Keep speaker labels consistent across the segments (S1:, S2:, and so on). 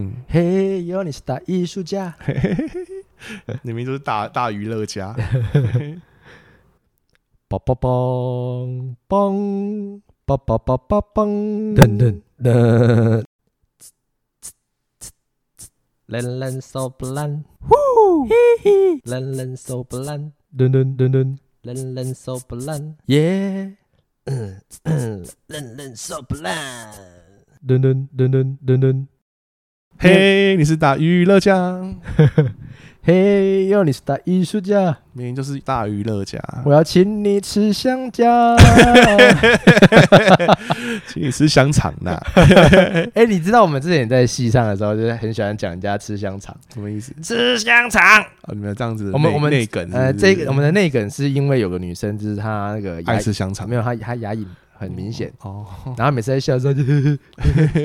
S1: 嗯，
S2: 嘿哟，你是大艺术家。
S1: 你们都是大大娱 乐家。
S2: 梆梆梆梆梆梆梆梆梆，
S1: 噔噔
S2: 噔，人人手不烂，呼，嘿嘿，人人手不烂，噔噔噔噔，人人手不烂，耶，嗯嗯，人人手不烂，噔噔噔噔噔噔，
S1: 嘿，你是大娱乐家，
S2: 嘿哟，你是大艺术家，
S1: 明明就是大娱乐家。
S2: 我要请你吃香蕉。
S1: 请你吃香肠呐？
S2: 哎、你知道我们之前在戏上的时候，就是很喜欢讲人家吃香肠，
S1: 什么意思？
S2: 吃香肠。
S1: 哦，你们这样子内，
S2: 我们我们
S1: 内梗是不是
S2: 呃，这个我们的内梗是因为有个女生，就是她那个牙
S1: 嗯爱吃香肠
S2: 啊没有她她牙龈很明显，
S1: 哦。
S2: 然后每次在笑的时候就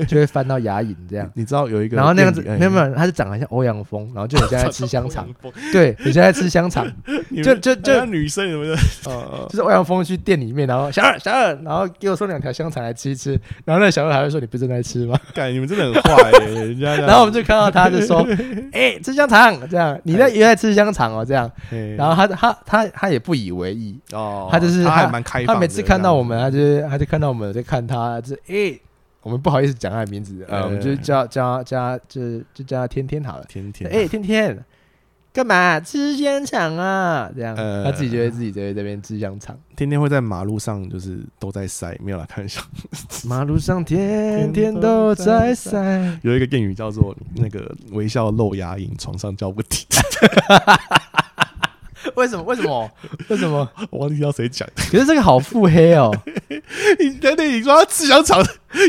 S2: 就 会翻到牙龈这样。
S1: 你知道有一个
S2: 然后那样子
S1: 谚语哎，，
S2: 没有没有，她就长得像欧阳锋，然后就很像在吃香肠 对，很像在吃香肠，就就就
S1: 就女生什么的， 哦
S2: 就是欧阳锋去店里面，然后小二小二，然后给我送两条香肠来吃一吃，然后那小二还会说你不是正在吃吗？
S1: 干你们真的很坏 耶，人家这样。
S2: 然后我们就看到他就说，哎、吃香肠这样，
S1: 哎
S2: 你在原来吃香肠哦这样，
S1: 嘿，
S2: 然后他他他他也不以为意，
S1: 哦，
S2: 他就是
S1: 他还
S2: 他
S1: 蛮开放的，
S2: 他每次看到我们，啊
S1: 这
S2: 他就
S1: 样
S2: 他就看到我们在看他，就是诶，我们不好意思讲他的名字，呃，
S1: 嗯
S2: 我们就叫叫他叫他就就叫他天天好了
S1: 子，甜甜
S2: 诶，天天。干嘛吃香肠啊？这样，
S1: 呃
S2: 他自己就会自己在这边吃香肠。
S1: 天天会在马路上就是都在塞，没有啦，开玩笑。
S2: 马路上天
S1: 天
S2: 天
S1: 都
S2: 都
S1: 在
S2: 在
S1: 晒
S2: 晒，
S1: 有一个谚语叫做“那个微笑露牙龈，床上叫不停
S2: 为什么？为什么？为什么？”，
S1: 我忘记要谁讲的。
S2: 可是这个好腹黑 哦。
S1: 你等等，你说他吃香肠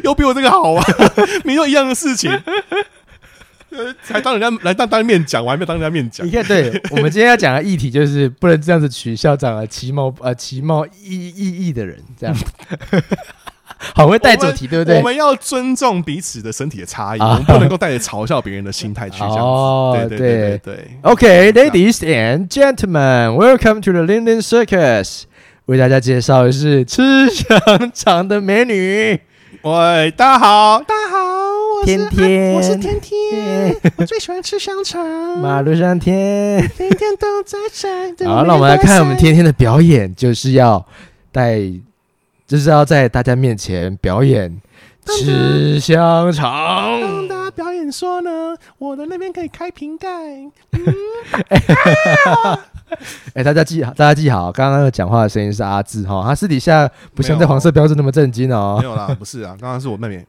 S1: 又比我这个好啊？ 你说一样的事情，呃还当人家来当当面讲，我还没有当人家面讲
S2: 你。看，对我们今天要讲的议题就是不能这样子取笑长得其貌呃其貌异异异的人，这样 好会带主题，对不对
S1: 我？们要尊重彼此的身体的差异，
S2: 啊
S1: 我们不能够带着嘲笑别人的心态去这样子。
S2: 哦
S1: 对对对对
S2: OK, ladies and gentlemen, welcome to the Linden Circus。为大家介绍的是吃香肠的美女
S1: 对，喂，大家好，大家好，我
S2: 天天，
S1: 我 是天天，我最喜欢吃香肠，
S2: 马路上天。
S1: 天天都在晒。
S2: 好，那我们来看我们天天的表演，就是要带，就是要在大家面前表演吃香肠。
S1: 让大家表演说呢，我的那边可以开瓶盖，
S2: 哎、大家记，大家记好，刚刚那个讲话的声音是阿志哈，他私底下不像在黄色标志那么震惊哦
S1: 没，有啦，不是啊，刚刚是我妹妹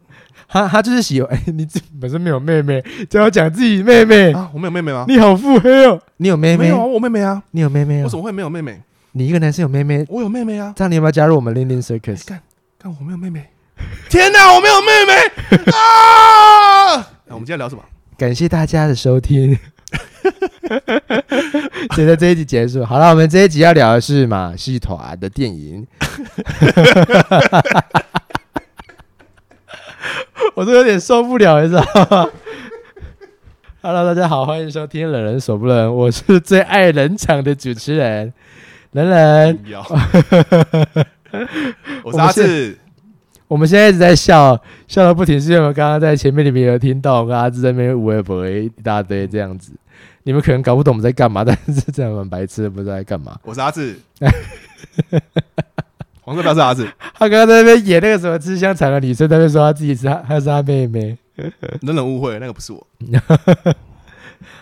S2: 他他就是喜欢， 哎、你自本身没有妹妹，就要讲自己妹妹，
S1: 啊，我没有妹妹吗？
S2: 你好腹黑哦，你有妹
S1: 没
S2: 妹
S1: 有啊，，我妹妹啊，
S2: 你有妹妹
S1: 我
S2: 哦
S1: 怎，么会没有妹妹？
S2: 你一个男生有妹妹，
S1: 我有妹妹啊，
S2: 这样你要不要加入我们 l i n d i n
S1: 哎
S2: Circus？
S1: 干干我没有妹妹，天哪，我没有妹 妹啊！哎我们今天聊什么？
S2: 感谢大家的收听。 觉得这一集结束，好了，我们这一集要聊的是马戏团的电影。 我都有点受不了，你知道吗？Hello，大家好，欢迎收听《冷人所不冷》，我是最爱冷场的主持人冷冷。
S1: 不要，哎我是阿志，
S2: 我们现在一直在笑，笑到不停，是因为我们刚刚在前面你们有听到我跟阿志在那边无微不微一大堆这样子，你们可能搞不懂我们在干嘛，但是这样蛮白痴的，不知道在干嘛。
S1: 我是阿 志，黄色标是阿志，
S2: 他刚刚在那边演那个什么吃香肠的女生，在那边说她自己是她，她是她妹妹。
S1: 冷冷误会，那个不是我。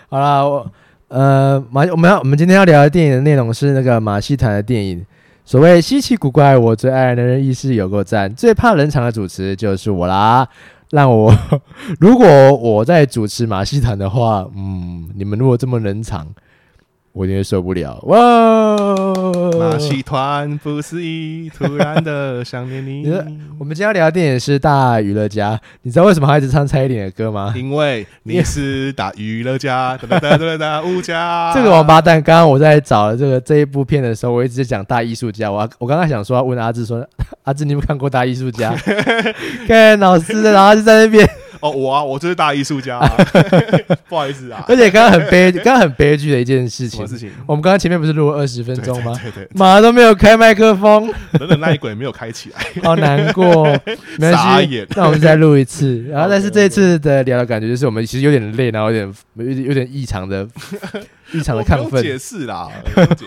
S2: 好啦，我呃马我们要我们今天要聊的电影的内容是那个马戏团的电影，所谓稀奇古怪，我最爱人人意识有够赞，最怕冷场的主持就是我啦。让我如果我在主持马戏团的话，嗯，你们如果这么冷场，我一定会受不了哇！
S1: 马戏团不思议，突然的想念你
S2: 你说。哦我们今天要聊的电影是《大娱乐家》，你知道为什么他一直唱蔡依林的歌吗？
S1: 因为你是打娱 乐家，哒哒哒哒哒物家。
S2: 这个王八蛋，刚刚我在找这个这一部片的时候，我一直在讲大艺术家。我我刚刚想说要 问阿志说，阿志你有没有看过大艺术家？看老师的，然后就在那边，
S1: 哦，我啊，我就是大艺术 家、啊，不好意思啊，
S2: 而且刚刚很悲，刚刚很悲剧的一件事
S1: 什
S2: 情
S1: 么。事情？
S2: 我们刚刚前面不是录了二十分钟吗？
S1: 对对对
S2: 马都没有开麦克风，
S1: 对，等等那一轨没有开啊 起来，
S2: 好难 过。没
S1: 傻
S2: 关系
S1: 眼，
S2: 那我们再录一次。然后，但是这
S1: OK，OK
S2: 次的聊的感觉就是我们其实有点累，然后有点有点有点异常的异常的
S1: 我不
S2: 亢
S1: 用解
S2: 奋。
S1: 释 啦，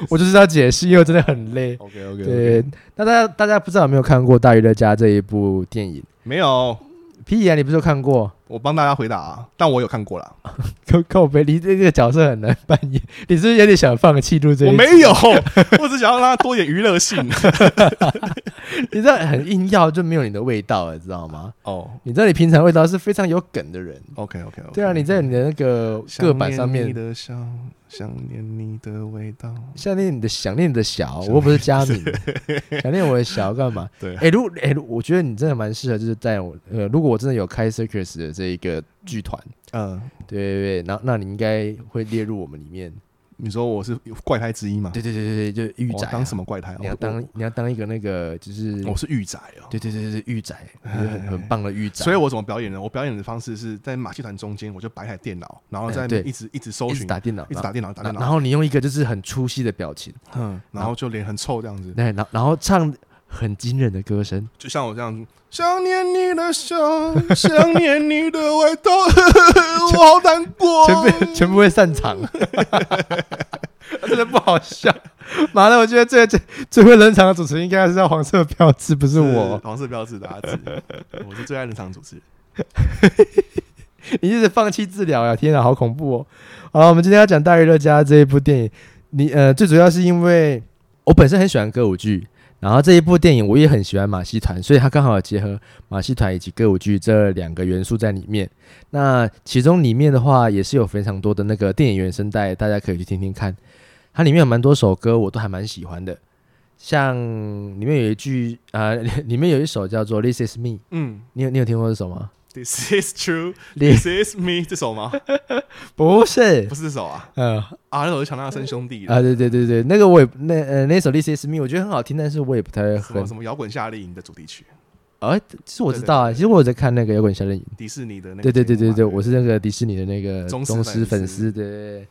S2: 我就是要解释，因为我真的很累。
S1: OK OK，
S2: 对，那大家大家不知道有没有看过《大娱乐家》这一部电影？
S1: 没有，
S2: 屁呀、你不是有看过？
S1: 我帮大家回答啊，但我有看过啦，
S2: 靠靠背，你这个角色很难扮演， 你是不是有点想放弃录这一
S1: 我
S2: 集？
S1: 没有， 我只想要让它多点娱乐性。
S2: 你这很硬要，就没有你的味道了，知道吗？
S1: 哦
S2: 你知道你平常味道是非常有梗的人。
S1: ，OK OK，
S2: 对啊，你在你的那个个板上面
S1: 你的笑，想念你的味道。
S2: 想念你的想念你的小，
S1: 想
S2: 我又不是佳敏， 想念我的小干嘛？
S1: 对
S2: 哎、如哎、如我觉得你真的蛮适合，就是在我呃，如果我真的有开 circus 的这一个剧团，
S1: 嗯，
S2: 对对对，那那你应该会列入我们里面。
S1: 你说我是怪胎之一吗？
S2: 对对对对对，就是御
S1: 我
S2: 宅啊、
S1: 哦当什么怪胎？
S2: 你要
S1: 我
S2: 当你要当一个那个就是，
S1: 我我是御宅哦。
S2: 对对对对对御 宅，就是很
S1: 哎
S2: 很棒的御宅。
S1: 所以我怎么表演呢？我表演的方式是在马戏团中间，我就摆一台电脑，然后
S2: 哎
S1: 在那
S2: 对
S1: 边一直一直搜
S2: 一直
S1: 寻，
S2: 打电脑，
S1: 一直打电脑，打
S2: 然
S1: 电
S2: 后，然
S1: 脑，
S2: 后你用一个就是很出戏的表情，
S1: 嗯，然后就脸很臭这样子，
S2: 对，然后然后唱很惊人的歌声，
S1: 就像我这样，想念你的笑，想念你的味道， 我好难过。
S2: 全部全部会散 场， 真的不好笑。妈的，我觉得最最最会冷场的主持人应该是要黄色标志，不是我。
S1: 黄色标志的阿紫，我是最爱冷场主持人。
S2: 你一直放弃治疗呀、天啊，好恐怖哦！好了，我们今天要讲《大娱乐家》这一部电影，你呃，最主要是因为我本身很喜欢歌舞剧，然后这一部电影我也很喜欢马戏团，所以它刚好有结合马戏团以及歌舞剧这两个元素在里面。那其中里面的话，也是有非常多的那个电影原声带，大家可以去听听看。它里面有蛮多首歌，我都还蛮喜欢的，像里面有一句啊、呃里面有一首叫做《This Is Me》，
S1: 嗯
S2: 你有你有听过这首吗？
S1: ，This is true, this is me 这首吗？
S2: 不是
S1: 不，是这首啊，
S2: 嗯、
S1: 啊，那首是强大的三兄弟的
S2: 啊，对对对对，那个我也那呃那首《This Is Me》我觉得很好听，但是我也不太会
S1: 什么
S2: 哼。
S1: 什么摇滚夏令营的主题曲，
S2: 啊，其实我知
S1: 对对
S2: 道啊，其实我有在看那个摇滚夏令营。
S1: 迪士尼的那个
S2: 对对对
S1: 节目
S2: 对
S1: 嘛
S2: 对，我是那个迪士尼的那个
S1: 忠实
S2: 忠实粉
S1: 粉
S2: 丝。
S1: 丝
S2: 对对对，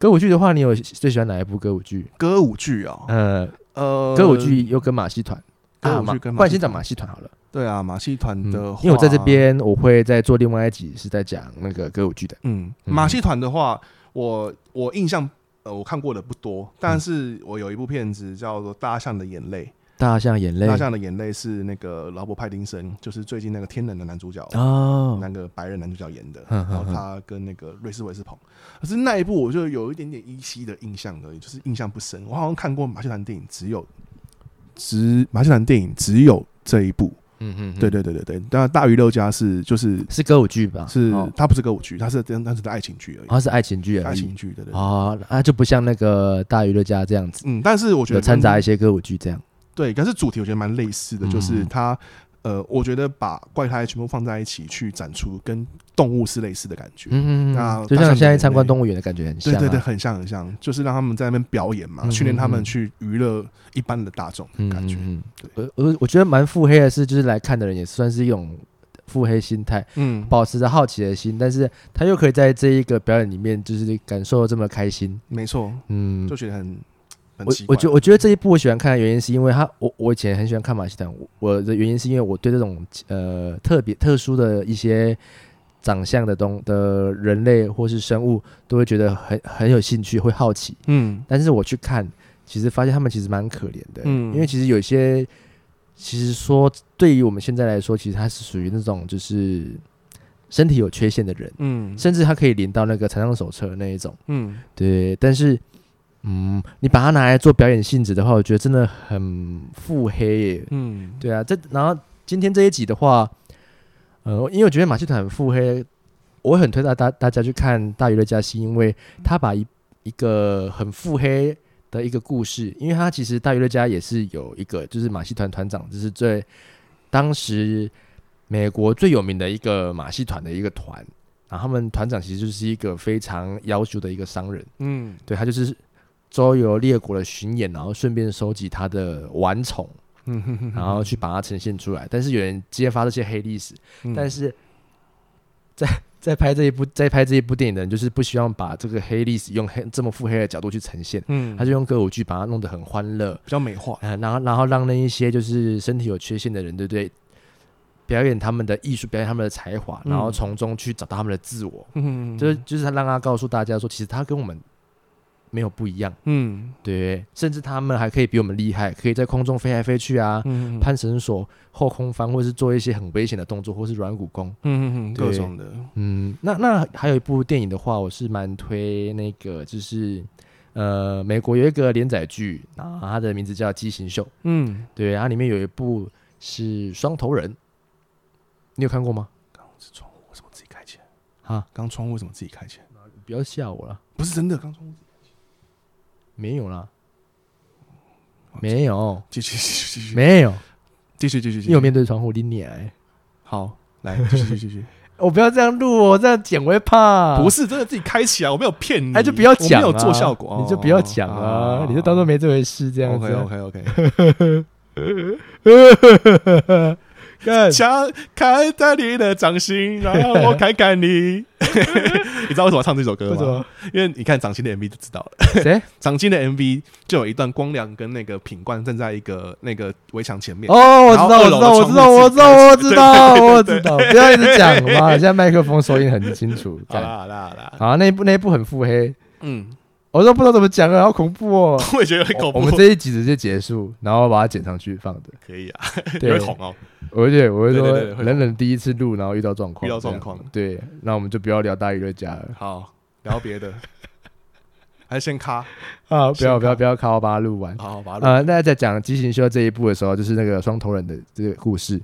S2: 歌舞剧的话，你有最喜欢哪一部歌舞剧？
S1: 歌舞剧哦，
S2: 呃，
S1: 呃，
S2: 歌舞剧又跟马戏团。
S1: 歌舞
S2: 啊
S1: 剧跟
S2: 马
S1: 马
S2: 不然先
S1: 戏
S2: 讲
S1: 团
S2: 马戏团好了，
S1: 对啊，马戏团
S2: 嗯
S1: 的话，
S2: 因为我在这，边我会再做另外一集是在讲那个歌舞剧的。
S1: 嗯，
S2: 嗯
S1: 马戏团的话，我我印象呃我看过的不
S2: 嗯
S1: 多，但是我有一部片子叫做《大象的眼泪》，
S2: 大象眼泪
S1: 《大象的眼泪》是那个劳勃派丁森，就是最近那个《天能》的男主角，
S2: 哦，
S1: 那个白人男主角演的，
S2: 嗯
S1: 然后他跟那个瑞士韦斯彭，可是那一部我就有一点点依稀的印象而已，就是印象不深。我好像看过马戏团电影，只有只马戏团电影只有这一部。
S2: 嗯嗯，
S1: 对对对对对，但大娱乐家是就是
S2: 是歌舞剧吧？
S1: 是
S2: 哦，
S1: 它不是歌舞剧，它是真它是个爱情剧而
S2: 它是爱情剧
S1: 已，
S2: 而
S1: 爱
S2: 已
S1: 情。剧对对。对
S2: 哦，那就不像那个大娱乐家这样子。
S1: 嗯，但是我觉
S2: 有
S1: 得
S2: 掺杂一
S1: 跟
S2: 些歌舞剧这样。
S1: 对，但是主题我觉得蛮类似的，就是
S2: 嗯
S1: 它。呃，我觉得把怪胎全部放在一起去展出，跟动物是类似的感觉。
S2: 嗯
S1: 那
S2: 就像
S1: 大象
S2: 现在
S1: 眼
S2: 参观
S1: 泪
S2: 动物园的感觉很像、
S1: 对
S2: 啊。
S1: 对对，很像很像，就是让他们在那边表演嘛，
S2: 嗯
S1: 训练他
S2: 嗯
S1: 们
S2: 嗯
S1: 去娱乐一般的大众的
S2: 嗯，
S1: 感觉。
S2: 嗯，嗯我我我觉得蛮腹黑的是，就是来看的人也算是一种腹黑心态，
S1: 嗯
S2: 保持着好奇的心，但是他又可以在这一个表演里面，就是感受这么开心。
S1: 没错，
S2: 嗯
S1: 就，觉得很很
S2: 我
S1: 奇怪。
S2: 我觉我觉得这一部我喜欢看的原因是因为他，我我以前很喜欢看马戏团，我我的原因是因为我对这种呃特别特殊的一些长相的东的人类或是生物，都会觉得很很有兴趣，会好奇。
S1: 嗯
S2: 但是我去看，其实发现他们其实蛮可怜的，
S1: 嗯
S2: 因为其实有些，其实说对于我们现在来说，其实他是属于那种就是身体有缺陷的人，
S1: 嗯
S2: 甚至他可以领到那个残障手册那一种，
S1: 嗯，
S2: 对，但是。嗯，你把它拿来做表演性质的话，我觉得真的很腹黑耶。
S1: 嗯，
S2: 对啊，这然后今天这一集的话，呃，因为我觉得马戏团很腹黑，我很推大大大家去看《大娱乐家》，是因为他把一一个很腹黑的一个故事，因为他其实《大娱乐家》也是有一个就是马戏团团长，就是最当时美国最有名的一个马戏团的一个团，然后他们团长其实就是一个非常要求的一个商人，
S1: 嗯
S2: 对他就是周游列国的巡演，然后顺便收集他的玩宠。
S1: 嗯哼哼哼，
S2: 然后去把它呈现出来。但是有人揭发这些黑历史，
S1: 嗯
S2: 但是在 在拍这一部在拍这一部电影的人，就是不希望把这个黑历史用黑这么腹黑的角度去呈现，
S1: 嗯，
S2: 他就用歌舞剧把它弄得很欢乐，
S1: 比较美化，
S2: 嗯、然后然后让那一些就是身体有缺陷的人，对不对？表演他们的艺术，表演他们的才华，然后
S1: 嗯
S2: 从中去找到他们的自我，
S1: 嗯，
S2: 就是就是他让他告诉大家说，其实他跟我们没有不一样，
S1: 嗯
S2: 对，甚至他们还可以比我们厉害，可以在空中飞来飞去啊，
S1: 嗯
S2: 攀绳索、后空翻，或是做一些很危险的动作，或是软骨功。
S1: 嗯嗯各
S2: 对
S1: 种的，
S2: 嗯，那那还有一部电影的话，我是蛮推那个，就是呃，美国有一个连载剧，然后它的名字叫《畸形秀》，
S1: 嗯，
S2: 对，它里面有一部是双头人，你有看过吗？
S1: 是窗户为什么自己开起来？
S2: 啊，
S1: 刚窗户为什么自己开起来？啊
S2: 不要吓我了，
S1: 不是真的，刚窗户
S2: 没有啦，
S1: 哦
S2: 没有，
S1: 继续继续继续
S2: 没有，
S1: 继续继续继
S2: 你有
S1: 续，
S2: 面对窗户，你脸、
S1: 好，来继续继 续继续，
S2: 我不要这样录哦，我这样剪我会怕。
S1: 不是真的自己开起啊来，我没有骗你，
S2: 啊哎，就不要讲、啊，
S1: 嗯我没有做效果，哦
S2: 你就不要讲啊，你就当做没这回事这样子
S1: OK
S2: 啊。
S1: OK OK，
S2: 干
S1: 想看到你的掌心，让我看 看你。你知道为什么要唱这首歌
S2: 为什
S1: 吗
S2: 么？
S1: 因为你看掌心的 MV 就知道了。
S2: 谁？
S1: 掌心的 MV 就有一段光良跟那个品冠站在一个那个围墙前面。
S2: 哦，我
S1: 然
S2: 知
S1: 后
S2: 道，
S1: 二
S2: 我
S1: 楼
S2: 知
S1: 的
S2: 道，我知道，我知道，我知道，我知道，不要一直讲嘛， 现在麦克风收音很清楚。
S1: 好
S2: 干
S1: 啦好啦好啦，
S2: 好，那一部那一部很腹黑，
S1: 嗯，
S2: 我都不知道怎么讲了，好恐怖哦。
S1: 我也觉得很 恐
S2: 我
S1: 怖。
S2: 我们这一集直接结束，然后把它剪上去放 的。
S1: 可以啊，你
S2: 对
S1: 会，红哦。
S2: 我对我会
S1: 对
S2: 说
S1: 对对，会
S2: 冷冷第一次录，然后遇到状况，
S1: 遇到状
S2: 这样
S1: 况
S2: 对，那我们就不要聊大娱乐家了
S1: 好，聊别 的，还是先咔，
S2: 啊！不要
S1: 先
S2: 不要
S1: 看
S2: 不要卡我把它录完。
S1: 好，把它录
S2: 呃，那在讲畸形秀这一部的时候，就是那个双头人的这个故事。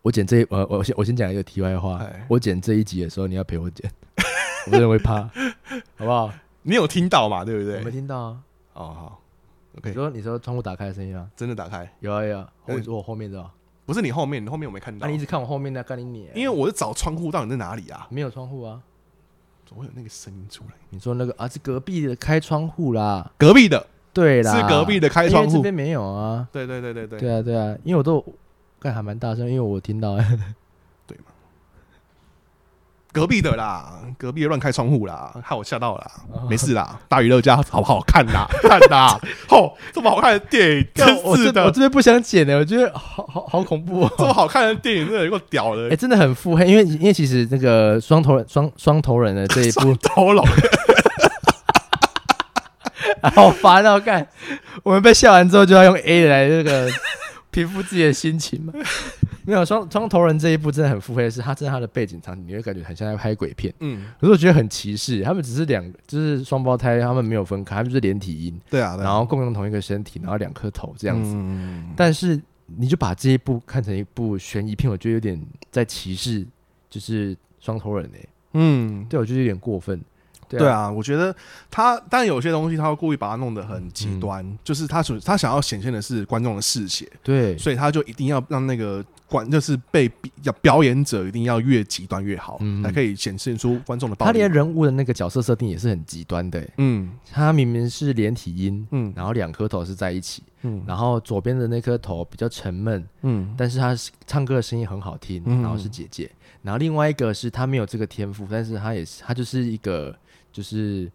S2: 我剪这一呃，我先我先讲一个题外话
S1: 哎。
S2: 我剪这一集的时候，你要陪我剪， 我真的会怕，好不好？
S1: 你有听到嘛？对不
S2: 我没
S1: 对？
S2: 听到啊。
S1: 哦，好
S2: 你
S1: ，OK，
S2: 说你说窗户打开的声音啊？
S1: 真的打开，
S2: 有啊有啊，后
S1: 哎
S2: 我后面的啊。
S1: 不是你后啊面，你后面我没看
S2: 那
S1: 到
S2: 你一，直看我后面那干你脸，
S1: 因为我是找窗户到底在哪里啊？
S2: 没有窗户啊。
S1: 怎么会有那个声音出来？
S2: 你说那个啊，是隔壁的开窗户啦，
S1: 隔壁的，
S2: 对啦，
S1: 是隔壁的开
S2: 因为
S1: 窗
S2: 这
S1: 户。
S2: 边没有啊。
S1: 对对对对对，
S2: 对啊对啊，因为我都干还蛮大声，因为我听到。
S1: 隔壁的啦，隔壁的乱开窗户啦，害我吓到了啦。
S2: 哦
S1: 没 事啦，大娱乐家好不好看啦？看啦，吼，这么好看的电 影，
S2: 干我
S1: 真是
S2: 这我
S1: 的，
S2: 这边不想剪的，我觉得好好好恐怖哦。
S1: 这么好看的电影，真的有够屌
S2: 哎、
S1: 的，
S2: 真的很腹黑，因为因为其实那个双头人双双头人的这一部
S1: 超老。
S2: 好烦哦，干！我们被笑完之后就要用 A 来这个平复自己的心情嘛。 没有双双头人这一部真的很腹黑的是，他真的他的背景场景你会感觉很像在拍鬼片，
S1: 嗯，
S2: 可是我觉得很歧视，他们只是两就是双胞胎，他们没有分开，他们就是连体婴，
S1: 对啊，对啊
S2: 然后共用同一个身体，然后两颗头这样子。
S1: 嗯
S2: 但是你就把这一部看成一部悬疑片，我觉得有点在歧视，就是双头人诶、欸
S1: 嗯，
S2: 对我觉得有点过分。对
S1: 对啊，我觉得他，但有些东西他会故意把它弄得很极
S2: 嗯
S1: 端，就是他所他想要显现的是观众的嗜血，
S2: 对
S1: 所以他就一定要让那个观，就是被逼要表演者一定要越极端越好，
S2: 嗯
S1: 才可以显现出观众的暴
S2: 他
S1: 力
S2: 连
S1: 嘛。
S2: 人物的那个角色设定也是很极端的、欸，
S1: 嗯
S2: 他明明是连体婴，
S1: 嗯
S2: 然后两颗头是在一起，
S1: 嗯
S2: 然后左边的那颗头比较沉闷，
S1: 嗯
S2: 但是他是唱歌的声音很好听，
S1: 嗯
S2: 然后是姐姐，然后另外一个是他没有这个天赋，但是他也是他就是一个就是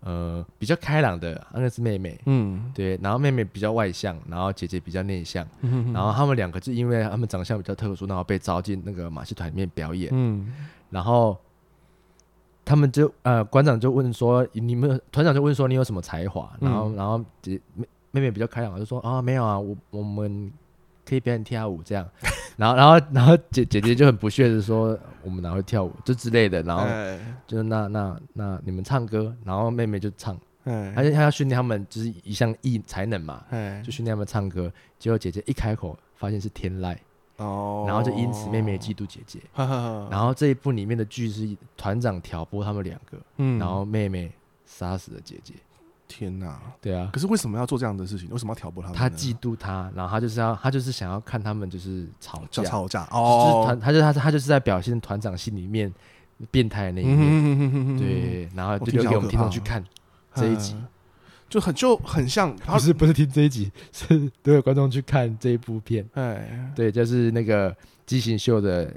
S2: 呃比较开朗的，那个是妹妹，
S1: 嗯
S2: 对，然后妹妹比较外向，然后姐姐比较内向，
S1: 嗯
S2: 然后他们两个就因为他们长相比较特殊，然后被招进那个马戏团里面表演，
S1: 嗯
S2: 然后他们就呃馆长就问说你们团长就问说你有什么才华，
S1: 嗯
S2: 然后、然后姐妹妹妹比较开朗，就说啊没有啊，我我们可以表演跳舞这 样，然后然后然后姐姐姐就很不屑的说我们哪会跳舞就之类的，然后
S1: 哎
S2: 就那那那你们唱歌，然后妹妹就唱，而
S1: 哎
S2: 且她要训练他们就是一项艺才能嘛，
S1: 哎
S2: 就训练他们唱歌。结果姐姐一开口，发现是天籁，
S1: 哦，
S2: 然后就因此妹妹嫉妒姐姐。
S1: 呵呵呵，
S2: 然
S1: 后
S2: 后这一部里面的剧是团长挑拨他们两个，
S1: 嗯
S2: 然后妹妹杀死了姐姐。
S1: 天哪、
S2: 对啊，
S1: 可是为什么要做这样的事情？为什么要挑拨他们呢？
S2: 他嫉妒她，然后他就是要他就是想要看他们就是吵
S1: 叫
S2: 架，
S1: 吵架
S2: 就是
S1: 哦
S2: 团，他就他他就是在表现团长心里面变态的那一
S1: 嗯
S2: 面。
S1: 哼哼哼哼哼
S2: 对，然后
S1: 我
S2: 就
S1: 听
S2: 留
S1: 起来
S2: 给
S1: 好
S2: 我们
S1: 可
S2: 听众
S1: 怕
S2: 去
S1: 哦
S2: 看这一集。
S1: 嗯就很就很像他
S2: 不是不是听这一集， 是留给观众去看这一部片。
S1: 哎，
S2: 对，就是那个畸形秀的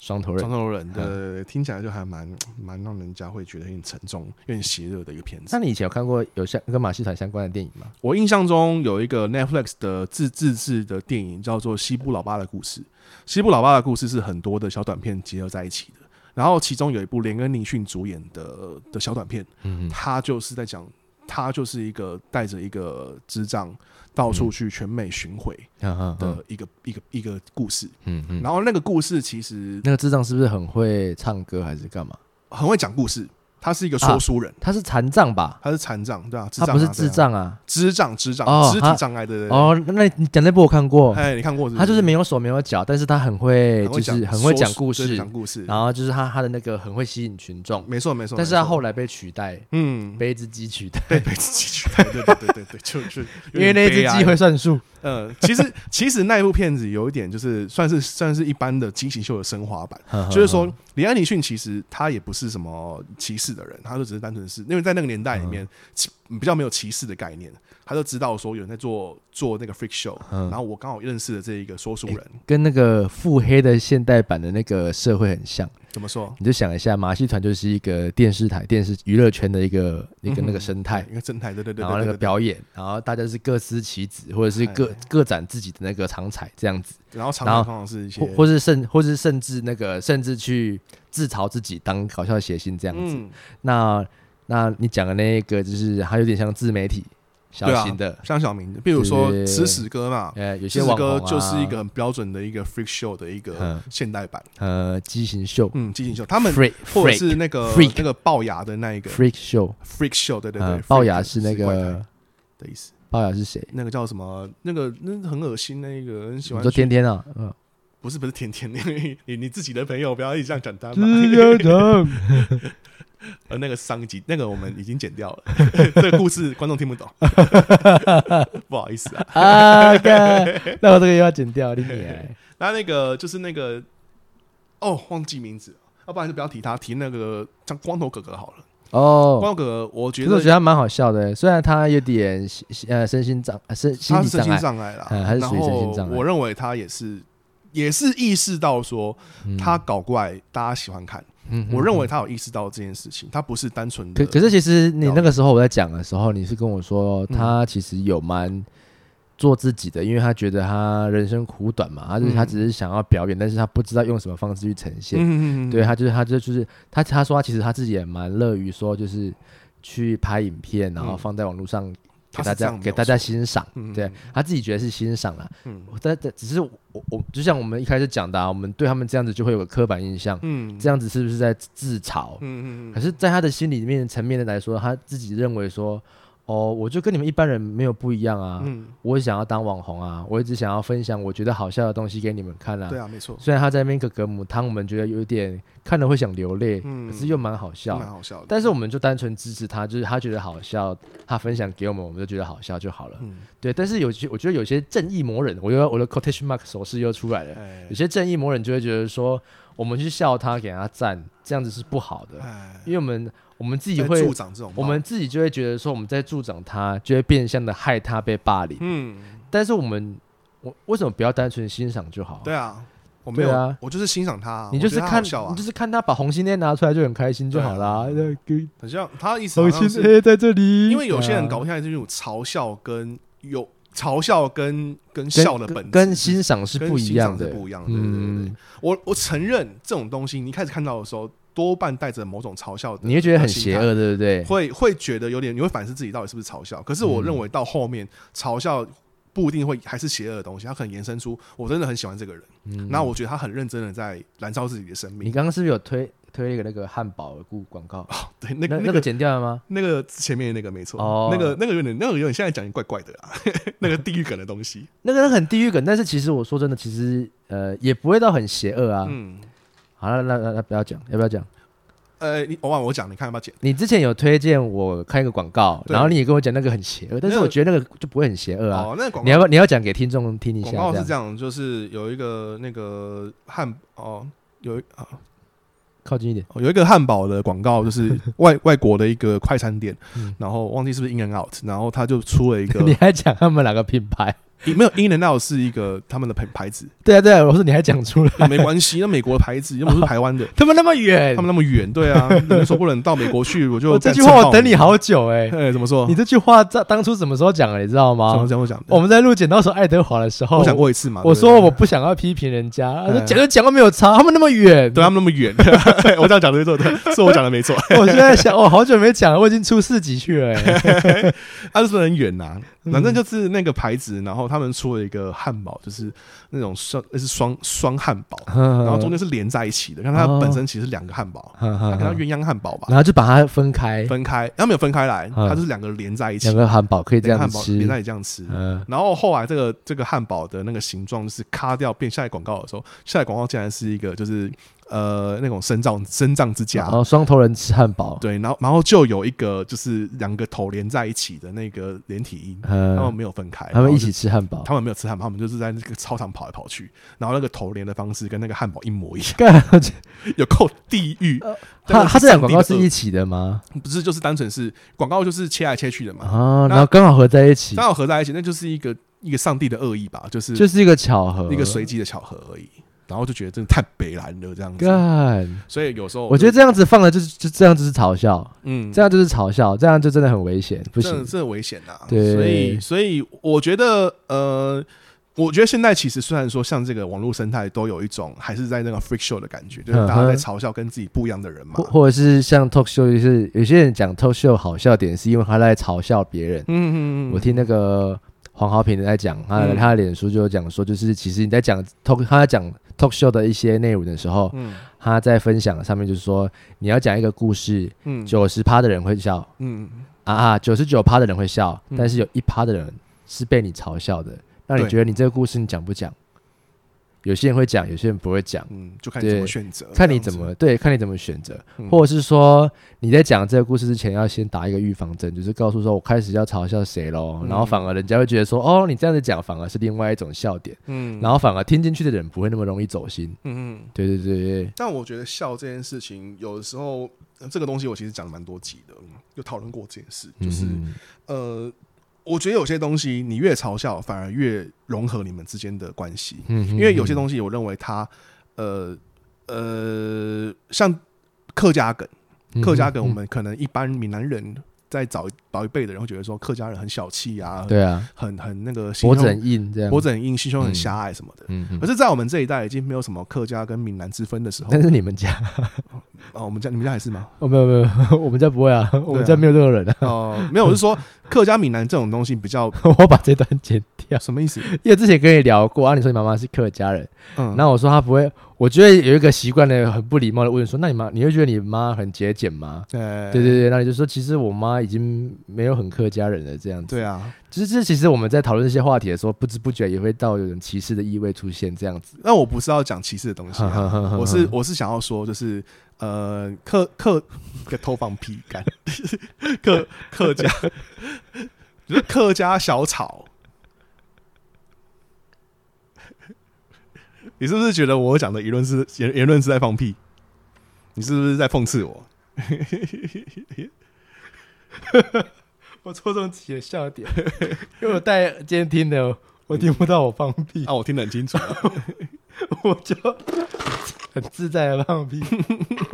S2: 双头人
S1: 长。头人，对
S2: 嗯
S1: 对对对，听起来就还蛮蛮让人家会觉得有点沉重、有点邪恶的一个片
S2: 那
S1: 子。
S2: 你以前有看过有像跟马戏团相关的电影吗？
S1: 我印象中有一个 Netflix 的自自制的电影叫做《西部老爸的故事》，《西部老爸的故事》是很多的小短片结合在一起的。然后其中有一部连恩·尼逊主演的的小短片，
S2: 嗯
S1: 他就是在讲，他就是一个带着一个智障到处去全美巡回
S2: 嗯嗯
S1: 的一个、一个一个故事。
S2: 嗯嗯。
S1: 然后那个故事其实
S2: 那个智障是不是很会唱歌还是干嘛？
S1: 很会讲故事，他是一个说书人，
S2: 他是残障吧？
S1: 他是残障，对啊，智
S2: 他
S1: 障啊
S2: 不是智，
S1: 对啊
S2: 障啊啊。
S1: 智障，智障，
S2: 哦
S1: 肢
S2: 他
S1: 体障碍，对对对。
S2: 哦，那你讲那部我看过，
S1: 哎，你看过是不
S2: 他就是没有手没有脚，但是他很会
S1: 很
S2: 就
S1: 会
S2: 是
S1: 讲，
S2: 很会讲
S1: 说
S2: 故
S1: 对
S2: 事，
S1: 讲故事，
S2: 然后就是他他的那个很会吸引群众，
S1: 没错没错。
S2: 但是他
S1: 没错
S2: 后来被取代，
S1: 嗯
S2: 被一只鸡 取代，
S1: 被被自己取代，对对对对对，就是
S2: 因为那一只鸡会，算数。
S1: 嗯，呃其实其实那一部片子有一点就是算是算是一般的惊喜秀的升华版，
S2: 嗯
S1: 就是说，李安尼逊其实他也不是什么歧视的人，他就只是单纯是因为在那个年代里
S2: 嗯
S1: 面，其嗯比较没有歧视的概念，他就知道说有人在做做那个 freak show，、
S2: 嗯
S1: 然后我刚好认识了这一个说书人，
S2: 跟那个腹黑的现代版的那个社会很像。
S1: 怎么说？
S2: 你就想一下，马戏团就是一个电视台、电视娱乐圈的一个一个
S1: 嗯哼
S2: 那个生态，
S1: 一个正太，对对对
S2: 然后
S1: 对
S2: 那
S1: 对
S2: 个
S1: 对对，
S2: 表演，然后大家是各司其职，或者是各
S1: 哎
S2: 各展自己的那个长才这样子，
S1: 然后常
S2: 然后
S1: 常通常是一些
S2: 或或是甚或是甚至那个甚至去自嘲自己当搞笑谐星这样子。
S1: 嗯，
S2: 那那你讲的那个就是它有点像自媒体小
S1: 对啊
S2: 型的，
S1: 像小明，比如说
S2: 对对对
S1: 吃屎哥嘛，
S2: 呃，有些
S1: 吃屎
S2: 网
S1: 哥
S2: 红、啊、
S1: 就是嗯一个很标准的一个 freak show 的一个
S2: 嗯
S1: 现代版，
S2: 呃畸形秀，
S1: 嗯，激情秀，他们
S2: freak
S1: 或者
S2: freak
S1: 是那个
S2: freak
S1: 那个龅牙的那一个
S2: freak show，
S1: freak show，对对对
S2: 呃，，龅
S1: freak
S2: 牙是那
S1: 怪胎
S2: 个
S1: 的意思。
S2: 龅牙是谁？
S1: 那个叫什么？那个那很恶心，那个很喜
S2: 你
S1: 欢
S2: 说
S1: 去
S2: 天天啊，嗯。
S1: 不是不是甜甜，你你你自己的朋友不要一直这样讲他 嘛。
S2: 知道
S1: 呃，那个上一集那个我们已经剪掉了，这个故事观众听不懂，不好意思啊。
S2: 啊，干 那我这个又要剪掉，你娘！
S1: 那那个就是那个哦，忘记名字了，要不然就不要提他，提那个像光头哥哥好了。
S2: 哦，
S1: 光头哥哥，我
S2: 其
S1: 觉
S2: 实我
S1: 得
S2: 觉得他蛮好笑的，虽然他有点心呃身心障呃身心
S1: 他
S2: 理
S1: 是
S2: 障
S1: 身心
S2: 碍，
S1: 障碍啦，
S2: 嗯他是
S1: 然
S2: 属于身心
S1: 后
S2: 障碍
S1: 我认为他也是也是意识到说
S2: 嗯
S1: 他搞怪，大家喜欢看。
S2: 嗯
S1: 我
S2: 嗯
S1: 认为他有意识到这件事情，他不是单纯的
S2: 可可是其实你那个时候我在讲的时候，你是跟我说
S1: 嗯
S2: 他其实有蛮做自己的，因为他觉得他人生苦短嘛，他就是
S1: 嗯
S2: 他只是想要表演，但是他不知道用什么方式去呈现，
S1: 嗯嗯嗯嗯
S2: 对他就是他就就是他他说他其实他自己也蛮乐于说就是去拍影片，然后
S1: 嗯
S2: 放在网络上给
S1: 他
S2: 大
S1: 是这
S2: 家
S1: 样
S2: 给
S1: 描
S2: 大家
S1: 述
S2: 欣赏，
S1: 嗯
S2: 对他自己觉得是欣赏啦。
S1: 嗯
S2: 我但但只是我我就像我们一开始讲的、啊，我们对他们这样子就会有个刻板印象，
S1: 嗯
S2: 这样子是不是在自嘲？
S1: 嗯嗯
S2: 可是，在他的心里面层面的来说，他自己认为说，哦，我就跟你们一般人没有不一样啊，
S1: 嗯
S2: 我也想要当网红啊，我一直想要分享我觉得好笑的东西给你们看啊。
S1: 对啊，没错，
S2: 虽然他在那边格格母汤，我们觉得有点看了会想流泪，
S1: 嗯
S2: 可是又蛮好笑。
S1: 蛮好笑的。
S2: 但是我们就单纯支持他，就是他觉得好笑，他分享给我们，我们就觉得好笑就好了。
S1: 嗯，
S2: 对，但是有些我觉得有些正义魔人，我又要我的 quotation mark 手势又出来了。
S1: 哎
S2: 有些正义魔人就会觉得说，我们去笑他，给他赞，这样子是不好的，
S1: 哎，
S2: 因为我们我们自己
S1: 在
S2: 会，
S1: 助长这种
S2: 我
S1: 暴
S2: 们自己就会觉得说我们在助长他，就会变相的害他被霸凌。
S1: 嗯，
S2: 但是我们，我为什么不要单纯欣赏就好？
S1: 对啊，我没有
S2: 对啊
S1: 我就是欣赏他啊，
S2: 你
S1: 我
S2: 就
S1: 觉
S2: 是
S1: 得他
S2: 看，
S1: 好笑
S2: 你
S1: 啊
S2: 就，是看他把红心链拿出来就很开心就
S1: 对啊
S2: 好啦。那个
S1: 很像他的意思好
S2: 红
S1: 像
S2: 心
S1: 是，
S2: 链在这里，
S1: 因为有些人
S2: 对啊
S1: 搞不清楚这种嘲笑跟有嘲笑跟跟笑的本质
S2: 跟欣赏是
S1: 跟
S2: 不一
S1: 欣赏
S2: 样
S1: 是
S2: 的，
S1: 不一样的，对对对对
S2: 嗯
S1: 对，，我我承认这种东西，你一开始看到的时候，多半带着某种嘲笑的，
S2: 你会觉得很
S1: 心
S2: 邪
S1: 态
S2: 恶，对不对？
S1: 会会觉得有点，你会反思自己到底是不是嘲笑。可是我
S2: 嗯
S1: 认为到后面、嘲笑不一定会还是邪恶的东西，它可能延伸出我真的很喜欢这个人，
S2: 嗯
S1: 那、我觉得他很认真的在燃烧自己的生
S2: 你
S1: 命。
S2: 刚刚是不是有推推一个那个汉堡的故广告？
S1: 对，啊
S2: 那
S1: 那个
S2: 那
S1: 那
S2: 个
S1: 个
S2: 剪掉了吗？
S1: 那个前面那个没错，
S2: 哦
S1: 那个那个有点那个有点现在讲怪怪的啊， 那个地狱梗的东西。
S2: 那个很地狱梗，但是其实我说真的，其实呃也不会到很邪恶啊。
S1: 嗯，
S2: 好了，那那那不要讲，要不要讲？
S1: 呃，你我忘了我讲，你看要不要剪？
S2: 你之前有推荐我看一个广告，
S1: 对
S2: 然后你也跟我讲那个很邪恶，但是
S1: 那个
S2: 我觉得那个就不会很邪恶啊。
S1: 哦，那个广
S2: 你
S1: 告
S2: 要不要你要讲给听众听一下？
S1: 广告是
S2: 这
S1: 这
S2: 样，
S1: 样，就是有一个那个汉哦。有一啊，
S2: 靠近一点。
S1: 有一个汉堡的广告，就是 外外国的一个快餐店，
S2: 嗯
S1: 然后忘记是不是 In and Out，然后他就出了一个
S2: 你还讲他们哪个品牌？
S1: 没有 In and Out 是一个他们的牌牌子，
S2: 对啊，对啊，我说你还讲出来，
S1: 没 关系，那美国的牌子又不是台湾的，
S2: 他们那么远，
S1: 他们那么远，对啊，人说不能到美国去，我就
S2: 我这句
S1: 再蹭
S2: 话
S1: 爆
S2: 我等你，好久哎、
S1: 哎，怎么说
S2: 你？这句话在当初什么时候讲的，你知道
S1: 怎么
S2: 吗？
S1: 讲？我讲，
S2: 我们在录剪刀手爱德华的时候，
S1: 我讲过一次嘛，
S2: 我
S1: 对不对
S2: 说我不想要批评人家，他说
S1: 哎
S2: 讲就讲都没有差，他们那么远。
S1: 对他们那 么远，对我这样讲的对对，是我讲的没错，
S2: 我现在想，我哦好久没讲了，我已经出四级去了、欸。
S1: 他就是很远呐、
S2: 嗯
S1: 反正就是那个牌子，然后他们出了一个汉堡，就是那种双那是双双汉堡， 然
S2: 然
S1: 后 中间是连在一起的，看它
S2: 嗯哦
S1: 本身其实是两个汉堡，
S2: 间，
S1: 它跟它
S2: 嗯然
S1: 鸳鸯汉堡吧
S2: 后就把它分开，
S1: 分开，它没有分开来，
S2: 嗯
S1: 它就是两个连在一起
S2: 两，个汉堡可以这
S1: 两个
S2: 样
S1: 汉堡
S2: 吃
S1: 连。在一起这样吃。
S2: 嗯，
S1: 然后后来这个这个汉堡的那个形状就是卡掉变下来广告的时候，下来广告竟然是一个就是呃那种生藏生藏之家
S2: 然，后双头人吃汉堡，
S1: 对，然后然后就有一个就是两个头连在一起的那个连体婴，他们
S2: 嗯，
S1: 没有分开，
S2: 他们一
S1: 然后
S2: 起吃汉堡
S1: 就，他们没有吃汉堡，他们就是在那个操场跑来跑去，然后那个头连的方式跟那个汉堡一模一 样，
S2: 干，
S1: 有够地狱。
S2: 他他这两
S1: 两
S2: 广告是一起的吗？
S1: 不是就是单纯是广告就是切来切去的嘛，
S2: 啊，
S1: 那
S2: 然后刚好合在一起
S1: 刚，好合在一起，那就是一个一个上帝的恶意吧，就是
S2: 就是一个巧合，
S1: 一个随机的巧合而已。然后就觉得真的太北蓝了这样子，
S2: 干。
S1: 所以有时候
S2: 我觉得这样子放了就是就这样就是嘲笑，
S1: 哦嗯
S2: 这样就是嘲笑，这样就真的很危险，不
S1: 这
S2: 行。
S1: 这很危险呐、
S2: 对
S1: 所以所以我觉得呃。我觉得现在其实虽然说像这个网络生态都有一种还是在那个 freak show 的感觉，就是大家在
S2: 嗯哼
S1: 嘲笑跟自己不一样的人嘛
S2: 或。或者是像 talk show，就是有些人讲 talk show 好笑点是因为他在嘲笑别人。
S1: 嗯嗯嗯，
S2: 我听那个黄豪平在讲，他、
S1: 嗯
S2: 他的脸书就有讲说，就是其实你在讲 talk 他在讲 talk show 的一些内容的时候，
S1: 嗯
S2: 他在分享上面就是说，你要讲一个故事，
S1: 嗯
S2: 九十趴的人会笑
S1: 嗯
S2: 啊啊，九十九趴的人会笑，
S1: 嗯
S2: 但是有一趴的人是被你嘲笑的。那你
S1: 对
S2: 觉得你这个故事你讲不讲？有些人会讲，有些人不会讲，
S1: 嗯，就看你怎么
S2: 对
S1: 选择，
S2: 看
S1: 这
S2: 你
S1: 样子
S2: 怎么对，看你怎么选择。
S1: 嗯
S2: 或者是说你在讲这个故事之前，要先打一个预防针，就是告诉说我开始要嘲笑谁喽，
S1: 嗯
S2: 然后反而人家会觉得说，哦，你这样子讲反而是另外一种笑点，
S1: 嗯，
S2: 然后反而听进去的人不会那么容易走心。
S1: 嗯嗯。
S2: 对对对对，
S1: 但我觉得笑这件事情，有的时候、呃这个东西我其实讲了蛮多集的，嗯有讨论过这件事，就是、
S2: 嗯
S1: 呃，我觉得有些东西你越嘲笑，反而越融合你们之间的关系。
S2: 哼，
S1: 因为有些
S2: 西
S1: 东西，我认为它，呃呃，像客家梗，
S2: 嗯
S1: 客家梗，我们可能一般闽南人在早老一辈的人会觉得说，客家人很小气啊，
S2: 对啊，
S1: 很很那个心
S2: 脖
S1: 胸
S2: 子很硬这样，
S1: 脖
S2: 子
S1: 子很硬，心胸很
S2: 嗯
S1: 狭隘什么的。
S2: 嗯，嗯
S1: 可是，在我们这一代已经没有什么客家跟闽南之分的时候，
S2: 但是你们家
S1: 哦，我们家你们家还是吗？
S2: 哦没有没有， 我们家不会啊，我们家没有这个人啊，
S1: 哦，没有，我是说客家闽南这种东西比较，
S2: 我把这段剪掉
S1: 什么意思？
S2: 因为之前跟你聊过啊，你说你妈妈是客家人。
S1: 嗯，
S2: 然后我说他不会，我觉得有一个习惯的很不礼貌的问说，那你妈你会觉得你妈很节俭吗？
S1: 呃，
S2: 对对对，那你就说其实我妈已经没有很客家人了这样子。
S1: 对啊。
S2: 其实这其实我们在讨论这些话题的时候，不知不觉也会到有种歧视的意味出现这样子。
S1: 那我不是要讲歧视的东西啊、 我
S2: 我
S1: 是我是想要说，就是呃，客客个偷放屁干，客客家，就是客家小炒。你是不是觉得我讲的言论是言言论是在放屁？你是不是在讽刺我？
S2: 我戳中自己的笑点， 因为我戴监听的，我听不到我放屁，
S1: 啊，我听得很清楚啊。
S2: 我就很自在的放屁，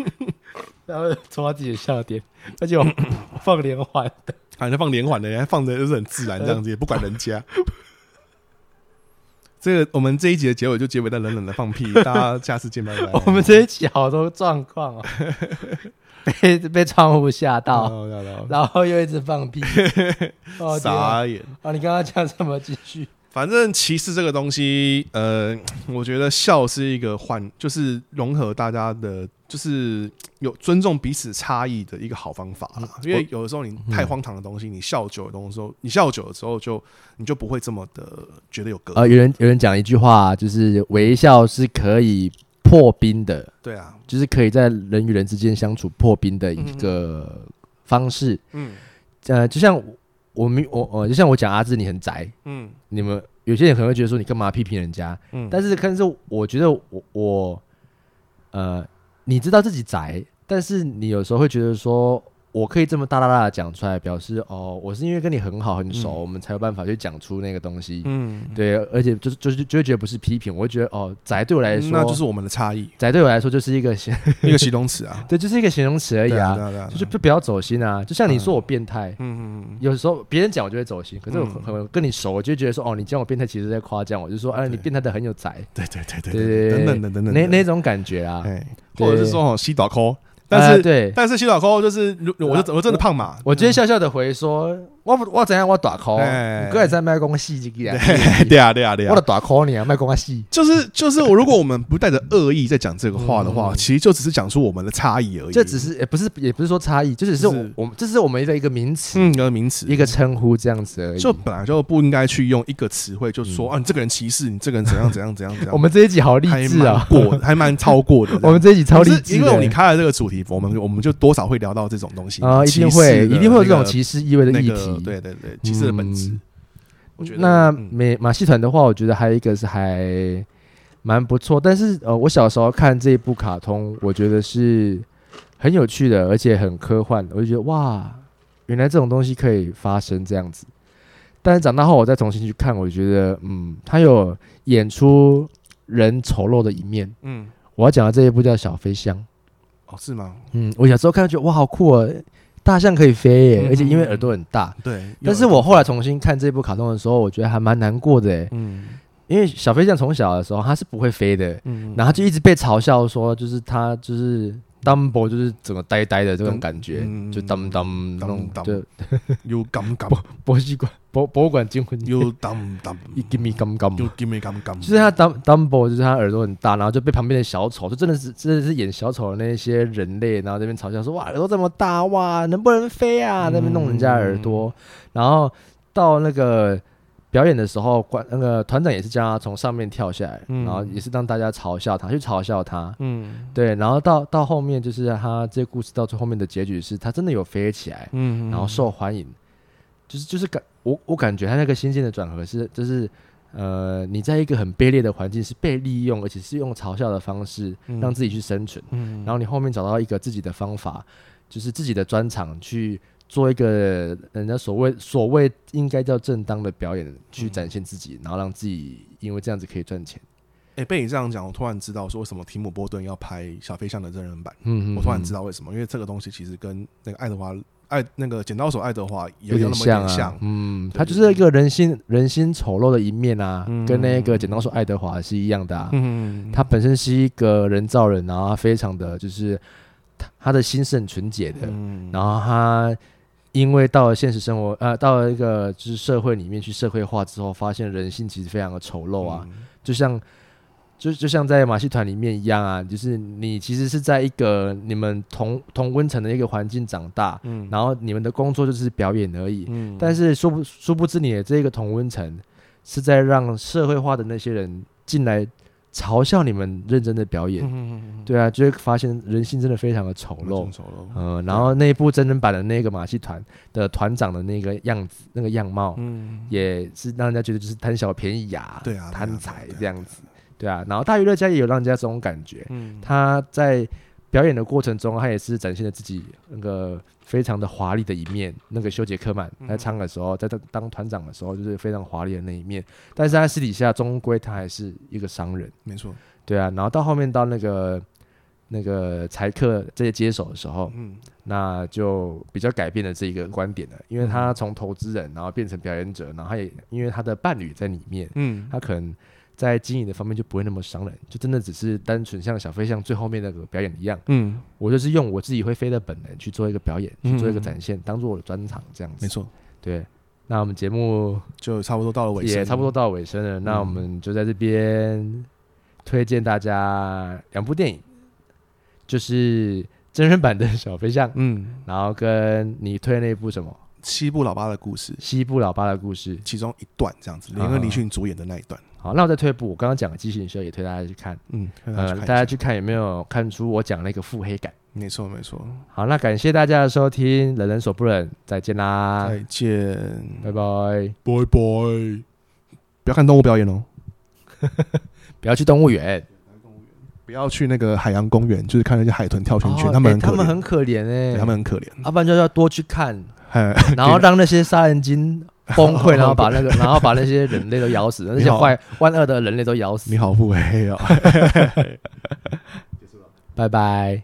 S2: 然后戳到自己的笑点，而且我放连环。
S1: 啊，你在放连环的，人家放的就是很自然这样子，也不管人家。这个我们这一集的结尾就结尾在冷冷的放屁，大家下次见，拜拜。
S2: 我们这一期好多状况哦，被被窗户吓到，
S1: 到到
S2: 然后又一直放 屁。哦，天啊！
S1: 傻眼。
S2: 啊，你刚刚讲什么？继续。
S1: 反正歧视这个东西，呃，我觉得笑是一个缓，就是融合大家的，就是有尊重彼此差异的一个好方法啦。
S2: 嗯
S1: 因为有的时候你太荒唐的东西，你笑久的东西，你笑久了之后就，你就不会这么的觉得有隔阂。
S2: 呃，有人有人讲一句话，啊就是微笑是可以破冰的，
S1: 对啊，
S2: 就是可以在人与人之间相处破冰的一个方式。
S1: 嗯
S2: 呃，就像我们我我就像我讲阿志，你很宅，
S1: 嗯
S2: 你们有些人可能会觉得说你干嘛批评人家，
S1: 嗯，
S2: 但是，但是我觉得我我呃，你知道自己宅，但是你有时候会觉得说，我可以这么大大大的讲出来，表示哦，我是因为跟你很好很熟，我们才有办法去讲出那个东西。
S1: 嗯，
S2: 对，而且就是就是就会觉得不是批评，我会觉得哦，宅对我来说，
S1: 嗯那就是我们的差异，
S2: 宅对我来说就是一个形， ，
S1: 一个形容词啊
S2: 对，就是一个形容词而已
S1: 对啊，
S2: 啊，
S1: 对啊对啊，
S2: 就
S1: 对
S2: 是
S1: 啊
S2: 就不要走心啊。就像你说我变态，
S1: 嗯嗯嗯，
S2: 有时候别人讲我就会走心，可是我
S1: 嗯
S2: 很、跟你熟，我就会觉得说哦，你讲我变态其实是在夸奖我，就说哎，你
S1: 对
S2: 变态的很有宅，
S1: 对对对
S2: 对
S1: 对对，
S2: 对对
S1: 等等等等等，
S2: 那那种感觉啊。
S1: 哎，
S2: 对
S1: 或者是说哦，西岛抠，但
S2: 呃
S1: 是
S2: 对，
S1: 但是西岛抠就是，如我啊就我真的胖嘛，
S2: 我今天笑笑的回说，我不我怎样我打 call，
S1: 哎
S2: 你哥也在卖公戏这个啊，
S1: 对啊对啊对
S2: 我
S1: 啊
S2: 的，打 call 你啊，卖公戏。
S1: 就是就是我如果我们不带着恶意在讲这个话的话，
S2: 嗯
S1: 其实就只是讲出我们的差异而已，
S2: 这只是也不是也不是说差异，就只是
S1: 就
S2: 我
S1: 哦是
S2: 我们这是我们的一个名词，
S1: 嗯一个名词
S2: 一个称呼这样子而已。嗯
S1: 就本来就不应该去用一个词汇，就说、啊，你这个人歧视，你这个人怎样怎样怎样怎样。
S2: 我们这一集好励
S1: 还
S2: 志
S1: 蛮
S2: 啊，
S1: 过，还蛮超过的。
S2: 我们这一集超励
S1: 可是
S2: 志
S1: 因为
S2: 的啊
S1: 你开了这个主题，我们我们就多少会聊到这种东西
S2: 啊，一定会一定会有这种歧视意味的
S1: 视的那
S2: 议
S1: 个
S2: 题。
S1: 对对对，歧视的本质
S2: 嗯。
S1: 我觉得
S2: 那
S1: 嗯
S2: 美马戏团的话，我觉得还有一个是还蛮不错，但是呃，我小时候看这一部卡通，我觉得是很有趣的，而且很科幻的，我就觉得哇，原来这种东西可以发生这样子。但是长大后我再重新去看，我觉得嗯，它有演出人丑陋的一面。
S1: 嗯，
S2: 我要讲的这一部叫《小飞象》，
S1: 哦，是吗？
S2: 嗯，我小时候看就觉得哇，好酷哦，大象可以飞
S1: 嗯
S2: 耶，而且因为耳朵很大。
S1: 对。
S2: 但是我后来重新看这部卡通的时候，我觉得还蛮难过的诶，
S1: 嗯
S2: 因为小飞象从小的时候它是不会飞的，
S1: 嗯
S2: 然后它就一直被嘲笑说，就是它就是 Dumbo 就是整个呆呆的这种感觉，
S1: 嗯
S2: 就 Dum Dum 那种
S1: 当
S2: 就
S1: 有感感，
S2: 博物馆博博物馆惊魂夜
S1: 有当当，
S2: 一 give me 刚刚。
S1: 有 give me 感感，
S2: 就是他 Dum Dumbo，就是他耳朵很大，然后就被旁边的小丑，就真的是真的是演小丑的那些人类，然后这边嘲笑说哇耳朵这么大哇能不能飞啊？那边弄人家耳朵，然后到那个表演的时候，管那个团长也是叫他从上面跳下来，
S1: 嗯
S2: 然后也是让大家嘲笑他，去嘲笑他。
S1: 嗯
S2: 对，然后到到后面就是他这故事到最后面的结局是他真的有飞起来，
S1: 嗯
S2: 然后受欢迎，就是就是感我我感觉他那个心境的转合是就是呃你在一个很卑劣的环境是被利用，而且是用嘲笑的方式让自己去生存，
S1: 嗯
S2: 然后你后面找到一个自己的方法，就是自己的专长去做一个人家所谓所谓应该叫正当的表演去展
S1: 嗯
S2: 现自己，然后让自己因为这样子可以赚钱。
S1: 哎，被你这样讲，我突然知道说为什么提姆波顿要拍小飞象的真人版。
S2: 嗯
S1: 我突然知
S2: 道，
S1: 道为什么，因为这个东西其实跟那个爱德华爱那个剪刀手爱德华有
S2: 有点
S1: 那么一点
S2: 啊，
S1: 像，
S2: 嗯，
S1: 对
S2: 他
S1: 对
S2: 就是一个人心人心丑陋的一面啊，
S1: 嗯
S2: 跟那个剪刀手爱德华是一样的啊。
S1: 嗯，
S2: 他本身是一个人造人，然后他非常的就是他他的心是很纯洁的，
S1: 嗯
S2: 然后他因为到了现实生活，呃，到了一个就是社会里面去社会化之后，发现人性其实非常的丑
S1: 嗯
S2: 陋啊，，就像就就像在马戏团里面一样啊，就是你其实是在一个你们同同温层的一个环境长大，
S1: 嗯
S2: 然后你们的工作就是表演而已，
S1: 嗯
S2: 但是殊不殊不知你的这个同温层是在让社会化的那些人进来嘲笑你们认真的表演，
S1: 嗯
S2: 对啊，就会发现人性真的非常的丑陋
S1: 丑。陋，
S2: 嗯，
S1: 对啊
S2: 然后那一部真人版的那个马戏团的团长的那个样子、那个样貌，
S1: 嗯，
S2: 也是让人家觉得就是贪小便宜呀、
S1: 对啊对啊对
S2: 贪
S1: 啊
S2: 财
S1: 对啊
S2: 这样子，对啊。然后大娱乐家也有让人家这种感觉，
S1: 嗯，
S2: 他在表演的过程中，他也是展现了自己那个非常的华丽的一面。那个修杰克曼在唱的时候，在当当团长的时候，就是非常华丽的那一面。但是他私底下终归他还是一个商人，
S1: 没错，
S2: 对啊。然后到后面到那个那个柴克这些接手的时候，
S1: 嗯
S2: 那就比较改变了这一个观点了，因为他从投资人然后变成表演者，然后他也因为他的伴侣在里面，
S1: 嗯，
S2: 他可能在经营的方面就不会那么伤人，就真的只是单纯像小飞象最后面那个表演一样，
S1: 嗯，
S2: 我就是用我自己会飞的本能去做一个表演，
S1: 嗯
S2: 去做一个展现，当做我的专场这样子。
S1: 没，错，
S2: 对。那我们节目
S1: 就差不多到了尾声，嗯
S2: 也差不多，到尾声了，那我们就在这边推荐大家两部电影，就是真人版的小飞象，
S1: 嗯，
S2: 然后跟你推的那部什么
S1: 七部老八的故事
S2: 《西部老八的故事》。
S1: 其中一段这样子，林恩·李逊主演的那一段，
S2: 好，那我再推一部，我刚刚讲的《畸形秀》，也推大家去看。
S1: 嗯，
S2: 呃，大家去看有没有看出我讲那个腹黑感？
S1: 没错没错，
S2: 好，那感谢大家的收听，人人所不忍，再见啦，
S1: 再见，
S2: 拜拜！
S1: 拜拜，不要看动物表演哦。
S2: 不要去动物园。
S1: 不要去那个海洋公园，就是看那些海豚跳圈圈，
S2: 哦
S1: 他们
S2: 欸
S1: 很可
S2: 他们
S1: 怜
S2: 很可怜哎、
S1: 对欸他们很可怜。
S2: 要不然就要多去 看，
S1: 哎，
S2: 然后让那些杀人鲸崩溃，然后把那个，然后把那些人类都咬死，那
S1: 你
S2: 些
S1: 好
S2: 坏万恶的人类都咬死
S1: 你。好腹黑哦。
S2: 拜拜。